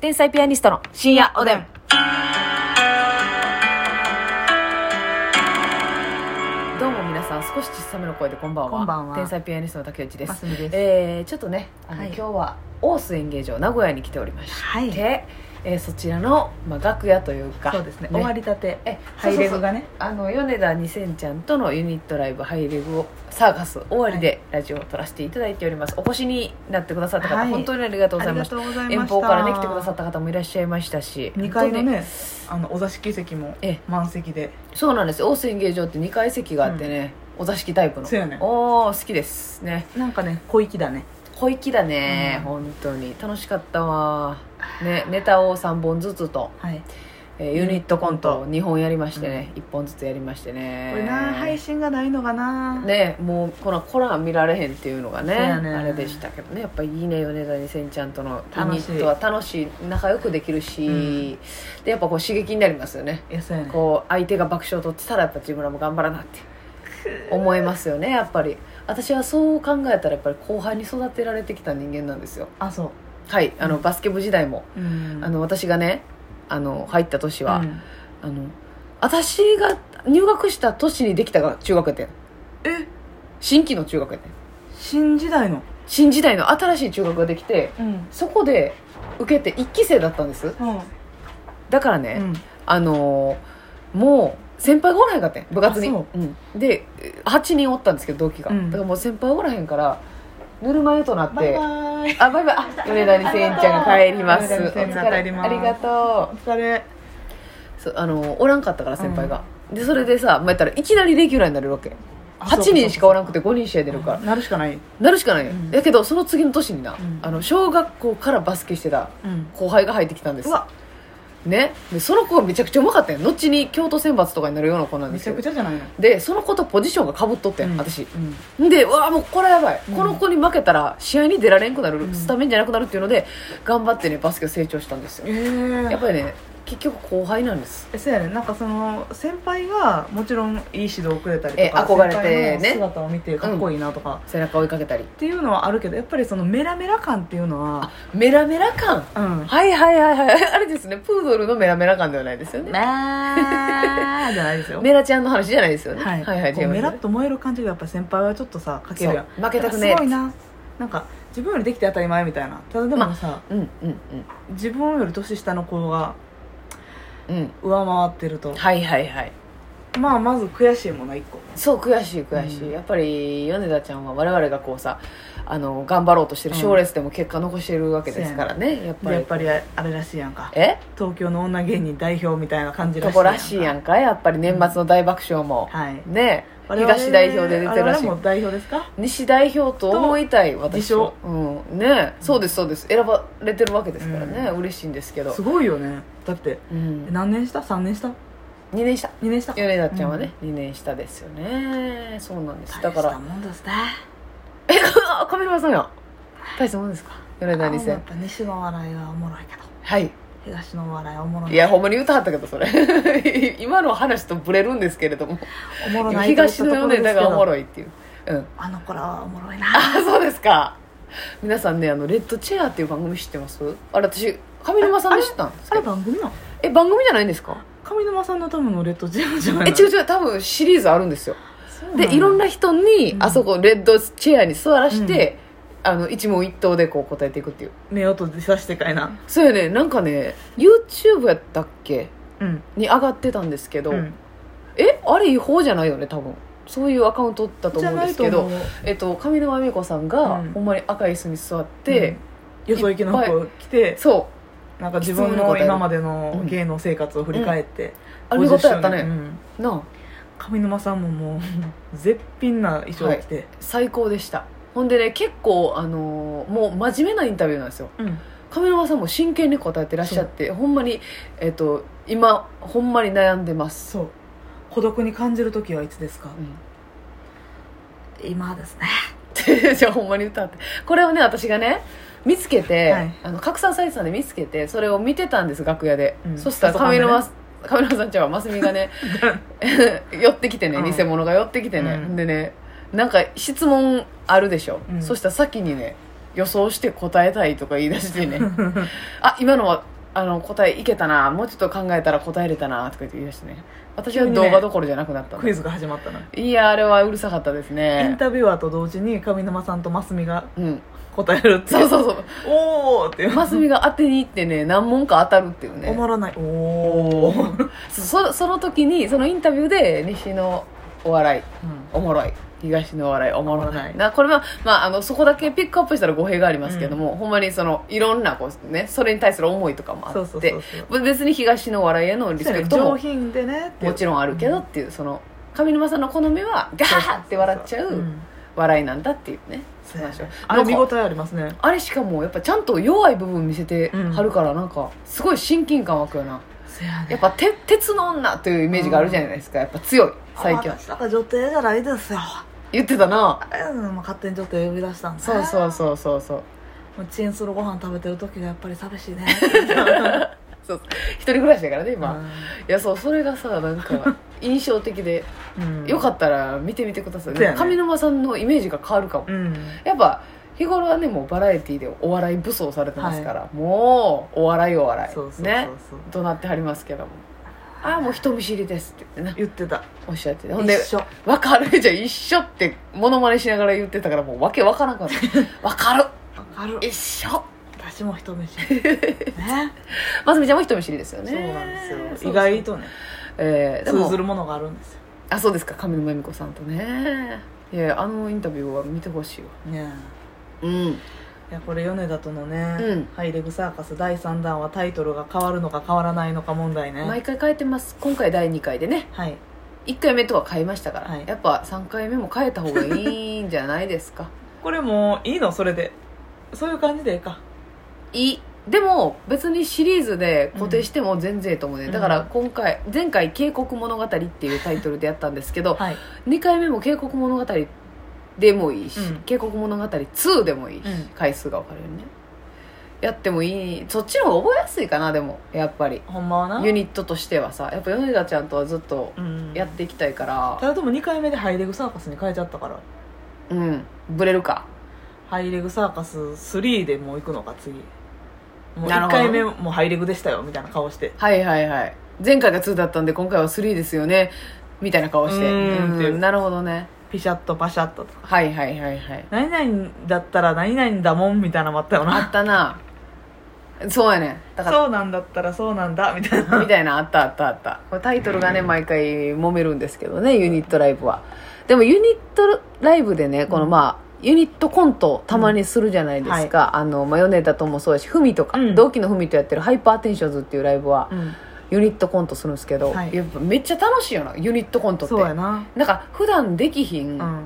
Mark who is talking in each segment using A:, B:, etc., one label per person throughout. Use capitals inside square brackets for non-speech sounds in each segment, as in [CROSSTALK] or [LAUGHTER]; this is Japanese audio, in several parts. A: 天才ピアニストの深夜おでん。どうも皆さん、少し小さめの声でこんばんは。
B: こんばんは
A: 天才ピアニストの竹内です。
B: ますみです。
A: えー、ちょっとね、あの、
B: はい
A: 今日は大須演芸場名古屋に来ておりまして、
B: はい
A: えーそちらの、まあ、楽屋というか、
B: そうですね。終わりたて。
A: え
B: ハイレグがね。
A: あの米田二千ちゃんとのユニットライブ「ハイレグをサーカス」終わりでラジオを撮らせていただいております、お越しになってくださった方、
B: はい
A: 本当にありがとうございました
B: とうござい
A: 遠方からね来てくださった方もいらっしゃいましたし
B: 二階の
A: 本当に
B: ね、あのお座敷席も
A: ええ
B: 満席で。
A: そうなんですよ大須演芸場って2階席があってね、お座敷タイプの
B: そうやね
A: おー好きですね
B: なんかね、小粋だね。
A: 小粋だね、
B: うん
A: 本当に楽しかったわねネタを3本ずつと、
B: はい。
A: えーユニットコントを2本やりましてね、1本ずつやりましてね
B: これな、配信がないのかな。
A: ねもうこのコラン見られへんっていうのがね
B: そうやね
A: あれでしたけどねやっぱいいね米田にせんちゃんとのユ
B: 楽
A: ニ
B: しい
A: ットは楽しい仲良くできるし、
B: うん
A: でやっぱこう刺激になりますよね
B: いや、そうやね。
A: こう相手が爆笑を取ってたらやっぱ自分らも頑張らなって思いますよねやっぱり私はそう考えたらやっぱり後輩に育てられてきた人間なんですよ
B: あ、そ
A: はいあの、
B: うん
A: バスケ部時代も、
B: う。うん
A: あの私がねあの入った年は、
B: うん
A: あの私が入学した年にできたが中学やってん
B: え、
A: 新規の中学やってん
B: 新時代の。
A: 新時代の新しい中学ができて
B: うん。
A: そこで受けて1期生だったんです
B: うん。
A: だからね、あのーもう先輩がおらへんかったん部活に
B: あそ
A: う
B: う
A: んで8人おったんですけど同期が、
B: うん
A: だからもう先輩おらへんからぬるま湯となって
B: バイバイ。
A: あバイバイあ米田にせんちゃんが帰ります
B: 米田にせんちゃん帰ります
A: お疲れありがと
B: お疲れ。
A: うそうあのーおらんかったから先輩が、でそれでさ、まあ、やったらいきなりレギュラーになるわけ8人しかおらんくて5人試合出るから
B: なるしかない。
A: なるしかないよ、
B: うん
A: やけどその次の年にな、
B: ん
A: あの小学校からバスケしてた
B: うん。
A: 後輩が入ってきたんです
B: うわ、
A: ねでその子がめちゃくちゃうまかったんや後に京都選抜とかになるような子なん
B: め
A: です
B: ちゃ
A: よ
B: くちゃじゃないの。
A: でその子とポジションがかぶっとってん、
B: うん
A: 私
B: うん。
A: んでうわもうこれやばい、
B: うん
A: この子に負けたら試合に出られんくなる、
B: うん
A: スタメンじゃなくなるっていうので頑張ってねバスケを成長したんですよ
B: ええ。
A: やっぱりね結局後輩なんです
B: えそうやねなんかその先輩がもちろんいい指導をくれたりとか
A: え憧れてね
B: 先輩の姿を見てかっこいいなとか、っ
A: 背中追いかけたり
B: ていうのはあるけどやっぱりそのメラメラ感っていうのは
A: メラメラ感
B: うん
A: はいはいはいはいあれですねプードルのメラメラ感ではないですよね
B: ま [LAUGHS] あじゃないですよ
A: メラちゃんの話じゃないですよね、
B: はい、
A: はいはい
B: こ
A: 違いうます
B: メラっと燃える感じがやっぱ先輩はちょっとさかけるやん
A: そう負けたくねえ
B: だからすごいななんか自分よりできて当たり前みたいなただでもさ、
A: うんうん
B: 自分より年下の子が
A: うんうん
B: 上回ってると
A: はいはいはい
B: まあまず悔しいもんな一個
A: そう悔しい悔しい、
B: うん
A: やっぱり米田ちゃんは我々がこうさあの頑張ろうとしてる
B: うん
A: 賞レースでも結果残してるわけですからね、やっぱ
B: で
A: り
B: やっぱりあれらしいやんか
A: え
B: 東京の女芸人代表みたいな感じ
A: とこらしいやんかやっぱり年末の大爆笑も、
B: はい
A: ね
B: 我々
A: 東代表で出てるらしい
B: 我々も代表ですか
A: 西代表と思いたい私はうんねそうですそうです選ばれてるわけですからね、
B: う
A: 嬉しいんですけど
B: すごいよねだって
A: うん、2
B: 何年した3年した2
A: 年下
B: 年した
A: 米田ちゃんはね、2年下ですよねそうなんですだ
B: 大
A: か
B: した
A: ら
B: もんですね
A: え上村さんや大したもんですか米田
B: あ
A: 二
B: やっ
A: 千
B: ぱ西の笑いはおもろいけど
A: はい
B: 東の笑いはおもろない
A: いやほんまに歌はったけどそれ [LAUGHS] 今の話とブレるんですけれども
B: おもろないと言った
A: 東
B: とこ
A: の米
B: ろ
A: 田
B: ですけ
A: が
B: ど
A: おもろいっていう、うん、
B: あの子らはおもろい
A: あ
B: な
A: そうですか皆さんねあの「レッドチェア」っていう番組知ってますあれ私上沼さんで知ったんです
B: あ
A: け
B: れ
A: ど
B: 番組なの
A: え番組じゃないんですか
B: 上沼さんのためのレッドジムじゃな
A: え
B: い
A: 違う違う多分シリーズあるんですよ
B: う
A: でいろん
B: な
A: な人に
B: うん
A: あそこレッドチェアに座らして、あの一問一答でこう答えていくっていう
B: 目を閉じさせてかいな
A: そうよねなんかね YouTube やったっけ
B: うん
A: に上がってたんですけど、
B: うん
A: えあれ違法じゃないよね多分そういうアカウントだと
B: じ
A: 思
B: ゃ
A: うんです
B: ないと
A: け
B: 思
A: ど
B: う、
A: えっと、上沼恵美子さんが、
B: うん
A: ほんまに赤い椅子に座って、
B: よそ行きの子来て
A: そ
B: なんか自分の今までの芸能生活を振り返って
A: うあれ見事やったね、
B: 50周年うん
A: なあ
B: 上沼さんももう [LAUGHS] 絶品な衣装を着て、
A: 最高でしたほんでね結構、あのーもう真面目なインタビューなんですよ
B: うん
A: 上沼さんも真剣に答えてらっしゃってほんまに、えっと、今ほんまに悩んでます、
B: そう孤独に感じる時はいつですか
A: うん
B: 今ですね
A: ってじゃあほんま [LAUGHS] に歌ってこれをね私がね見つけて、
B: はい
A: あの拡散されてたんで見つけてそれを見てたんです楽屋で、
B: うん
A: そしたら
B: パソコン
A: 上
B: でね
A: 沼上沼さんちゃんはますみ
B: [LAUGHS]
A: がね寄ってきてね、
B: うん
A: 偽物が寄ってきてね、
B: うん
A: でねなんか質問あるでしょ、
B: うん
A: [LAUGHS] そしたら先にね予想して答えたいとか言い出してねあ今のはあの答えいけたなもうちょっと考えたら答えれたなとか言って言い出してね私は
B: 急にね
A: 動画どころじゃなくなったの、
B: クイズが始まったない
A: やあれはうるさかったです
B: イン
A: ね
B: タビュアーと同時に上沼さんと真澄が
A: うん
B: 答えるって
A: そう
B: いう
A: そうそう
B: おーっていう
A: マスミが当てに行ってね何問か当たるっていう
B: お
A: ね
B: もろないおお、うん、
A: そその時にそのインタビューで西のお笑いおもろい東のお笑いおもろ
B: おもろ
A: な
B: ない
A: いなこれは、まあ、あのそこだけピックアップしたら語弊がありますけども、ほんまにそのいろんなこう、ね、それに対する思いとかもあって
B: そうそうそうそう
A: 別に東のお笑いへのリスペクト
B: 上
A: も
B: 品でねっていう
A: もちろんあるけどっていうその上沼さんの好みはガーって笑っちゃう笑いなんだっていうね
B: そうやね
A: そう
B: あれ
A: なん
B: 見
A: か
B: 応えありますね
A: あれしかもやっぱちゃんと弱い部分見せてはるからなんかすごい親近感湧くよなやっぱて鉄の女というイメージがあるじゃないですかやっぱ強い最強
B: 私だから女帝じゃないですよ
A: 言ってたな
B: あれはもう勝手に女帝呼び出したんで
A: そうそうそうそうそう
B: もうチンするご飯食べてる時がやっぱり
A: [LAUGHS]
B: 寂しいね
A: そう一人暮らしだからね今、
B: ま
A: いやそうそれがさなん [LAUGHS] か印象的で、
B: あ、うん
A: よかったら見てみてください、
B: そうやね
A: 上沼さんのイメージが変わるかも、
B: うん
A: やっぱ日頃はねもうバラエティーでお笑い武装されてますから、もうお笑いお笑い
B: そうそうそうそう、
A: ね怒鳴ってはりますけどもああもう人見知りですって言ってね
B: 言ってた
A: おっしゃっててほんで
B: 一緒
A: 「わかる」じゃあ一緒ってモノマネしながら言ってたからもうわけわからんか
B: [LAUGHS]
A: った「わかる」
B: わか
A: 「
B: る
A: 一緒
B: 私も人見知
A: [LAUGHS]
B: りね」
A: ますみちゃんも人見知りですよね
B: そうなんです
A: そうそう
B: よ意外とね
A: えーで
B: 通
A: も
B: ずるものがあるんですよ
A: あそうですか上沼恵美子さんとねいやあのインタビューは見てほしいわ
B: ね
A: うん
B: いやこれ米田とのね、
A: うん
B: ハイレグサーカス第3弾はタイトルが変わるのか変わらないのか問題ね
A: 毎回変えてます今回第2回でね
B: はい
A: 1回目とは変えましたから、
B: はい
A: やっぱ3回目も変えた方がいいんじゃないです
B: [LAUGHS]
A: か
B: これもういいのそれでそういう感じでいいか
A: いいでも別にシリーズで固定しても全然いいと思うね、
B: うん
A: だから今回前回「警告物語」っていうタイトルでやったんですけど、
B: はい
A: 2回目も「警告物語」でもいいし「
B: うん
A: 警告物語2」でもいいし、
B: うん
A: 回数が分かるようにねやってもいいそっちの方が覚えやすいかなでもやっぱり
B: ほんまはな
A: ユニットとしてはさやっぱ米田ちゃんとはずっと
B: うん
A: やっていきたいから
B: ただとも2回目でハイレグサーカスに変えちゃったから
A: うん、ブレるか
B: ハイレグサーカス3でもう行くのか次もう
A: なる
B: 1
A: ほど
B: 回目もハイレグでしたよみたいな顔して
A: はいはいはい前回が2だったんで今回は3ですよねみたいな顔して
B: うーんって
A: なるほどね
B: ピシャッとパシャッとと
A: はいはいはいはい
B: 何々だったら何々だもんみたいなのもあったよ
A: あ
B: な
A: ったなそうやねだから
B: そうなんだったらそうなんだみたいな
A: みたいなあったあったあったこれタイトルがね毎回揉めるんですけどねユニットライブはでもユニットライブでねこのまあユニットコントをたまにするじゃないですか、あのマヨネータともそうやしフミとか、
B: うん
A: 同期のフミとやってるハイパーテンションズっていうライブは
B: うん
A: ユニットコントするんですけど、
B: はい
A: やっぱめっちゃ楽しいよなユニットコントって
B: そうやな
A: なんか普段できひ
B: うんん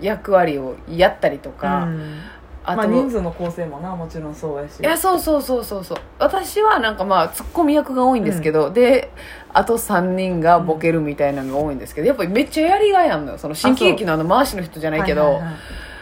A: 役割をやったりとか、
B: うん
A: あと、
B: まあ、人数の構成もなもちろんそうやし
A: いやそうそうそうそうそう私はなんかまあツッコミ役が多いんですけど、であと3人がボケるみたいなのが多いんですけどやっぱりめっちゃやりがいあるのよその新喜劇のあの回しの人じゃないけど
B: はいはいはい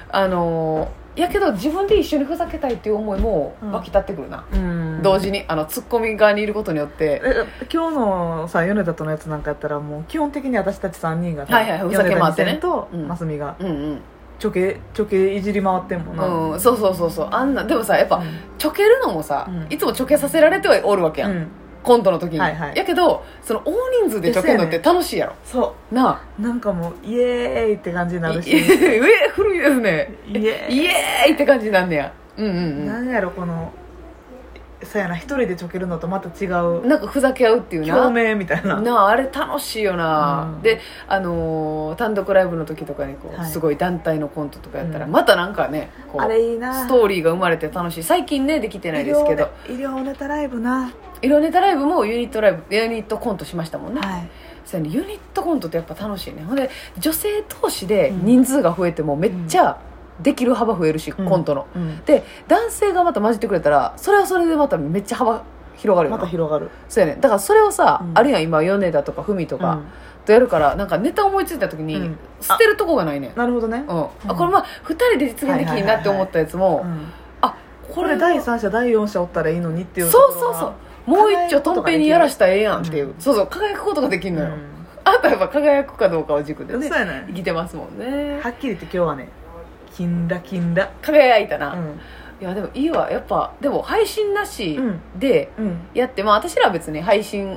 A: あのーやけど自分で一緒にふざけたいっていう思いも
B: うん
A: 湧き立ってくるな、
B: うん
A: 同時にあのツッコミ側にいることによって
B: え今日のさ米田とのやつなんかやったらもう基本的に私たち3人がさ
A: はいはいふざけ回ってね
B: 米田二千と
A: うん
B: 真澄が
A: うんうん、
B: ちょけちょけいじり回ってんもんな
A: うん、そうそうそうそうあんなでもさやっぱ、ちょけるのもさ、
B: うん
A: いつもちょけさせられてはおるわけやん、
B: うん
A: コントの時に、
B: はいはい
A: やけどその大人数でちょけるのって楽しいやろ
B: そ
A: なあ
B: うなんかもうイエーイって感じになるし
A: い [LAUGHS] え古いですね
B: イエーイ
A: イエーイって感じなんねやうんうん
B: なんやろこのさやな一人でちょけるのとまた違
A: う
B: うん
A: なんかふざけ合うっていうな
B: 共鳴みたいな
A: なああれ楽しいよな、
B: うん
A: であのー単独ライブの時とかにこう、
B: はい
A: すごい団体のコントとかやったら、
B: うん
A: またなんかねこう
B: [LAUGHS] あれいいな
A: ストーリーが生まれて楽しい最近ねできてないですけど
B: 医療医療ネタライブな
A: イロネタライブもユニットライブユニットコントしましたもんね、
B: はい
A: そうやねユニットコントってやっぱ楽しいねほんで女性同士で人数が増えてもめっちゃできる幅増えるし、コントの、
B: うん
A: で男性がまた混じってくれたらそれはそれでまためっちゃ幅広がるよ
B: ま
A: な、
B: た広がる
A: そうやねだからそれをさ、
B: うん
A: あるいは今米田とか文と
B: う
A: か
B: ん
A: とやるからなんかネタ思いついた時に、
B: うん
A: 捨てるとこがないねんうん
B: なるほどね
A: あこれまあ2人で実現できひんなって思ったやつも、
B: うん
A: あこ
B: こ
A: れ
B: れ
A: 第
B: 第三者第四者おったらいいのにっていう
A: そう
B: ところ
A: そう
B: が
A: そうもう一丁とんぺんにやらしたらええやんっていう、
B: うん
A: そうそう輝くことができんのよ、
B: うん
A: あとやっぱ輝くかどうかを軸で
B: そう
A: ね
B: やね
A: 生きてますもんね
B: はっきり言って今日はね金だ金だ
A: 輝いたな、
B: うん
A: いやでもいいわやっぱでも配信なし
B: うん
A: で
B: うん
A: やって、まあ私らは別に配信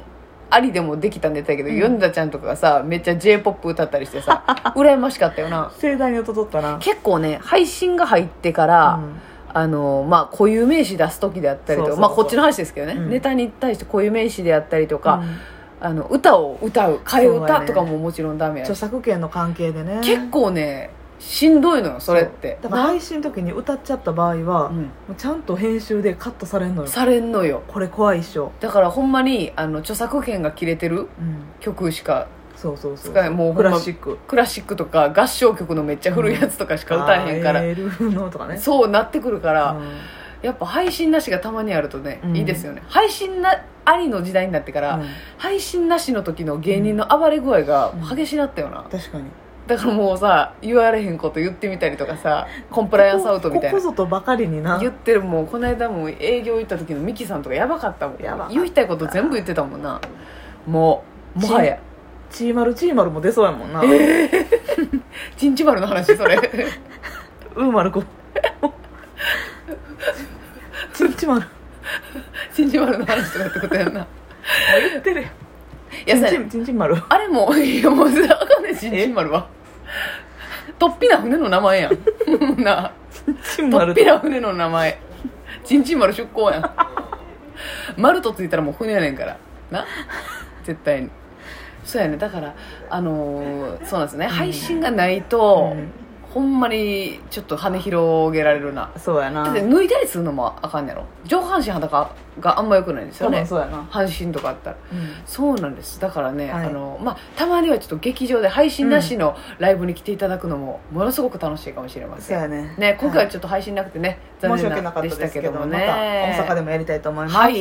A: ありでもできたんでたけど、
B: うん
A: ヨンダちゃんとかがさめっちゃ j p o p 歌ったりして
B: [LAUGHS]
A: さ羨ましかったよな
B: 盛大に音取ったな
A: 結構ね配信が入ってから、
B: うん
A: あのまあ固有名詞出す時であったりとか
B: そうそうそう
A: まあこっちの話ですけどね、
B: うん
A: ネタに対して固有名詞であったりと
B: う
A: か、
B: ん
A: あの歌を歌う替え
B: そうだ
A: 歌
B: ね
A: とかももちろんダメやし、
B: 著作権の関係でね
A: 結構ねしんどいのよそれって
B: そうだから配信の時に歌っちゃった場合は、
A: う
B: も
A: ん、
B: うちゃんと編集でカットされんのよ
A: されんのよ
B: これ怖いっしょ、
A: だからほんまにあの著作権が切れてる
B: うん、
A: 曲しか
B: そうそうそう
A: 使えもうほ
B: ク
A: んま
B: ラシック
A: クラシックとか合唱曲のめっちゃ古いやつとかしか歌えへんから、
B: あーエールのとかね
A: そうなってくるから、
B: うん
A: やっぱ配信なしがたまにあるとね、
B: うん
A: いいですよね配信なありの時代になってから、
B: うん
A: 配信なしの時の芸人の暴れ具合が激しなったよな、
B: 確かに
A: だからもうさ言われへんこと言ってみたりとかさコンプライアンスアウトみたい
B: ここ
A: な
B: こぞとばかりにな
A: 言ってるもうこの間も営業行った時のミキさんとかやばかったもん
B: やばかった
A: 言いたいこと全部言ってたもんなもうもはや
B: チーマルチーマルも出そうやもんな、
A: チンチマルの話
B: [LAUGHS]
A: それ
B: ウー
A: [LAUGHS]
B: マルこチンチマル
A: チンチマルの話とかってことやんな
B: 言ってる
A: いやさ
B: チンチンチンチン
A: [LAUGHS]
B: マル
A: あれもいやもうあかんねんチンチンマルはとっぴな船の名前
B: [LAUGHS]
A: やんなあ
B: チ [LAUGHS] ンマ
A: と
B: ル
A: っぴら船の名前ちんちん丸出港やん
B: [LAUGHS]
A: 丸とついたらもう船やねんからな絶対にそうやねだからあのーそうなんですね配信がないと、
B: うん
A: ほんまにちょっと羽広げられるな
B: そうやな
A: だって脱いだりするのもあかんやろ上半身裸があんま良くないんですよ
B: 多
A: ね
B: 分そうやな、
A: 半身とかあったら
B: うん
A: そうなんですだからね、
B: はい
A: あのまあ、たまにはちょっと劇場で配信なしのライブに来ていただくのもものすごく楽しいかもしれませ
B: そ
A: ん
B: うやね
A: ね、今回は
B: は
A: ちょっと配信なくてね、
B: い
A: 残
B: 申し訳
A: 念
B: なか
A: なで
B: った
A: し
B: で
A: た
B: すけ
A: け
B: ど
A: ど
B: も
A: も
B: ま
A: ね。
B: た大阪でもやりたいと思います、
A: はい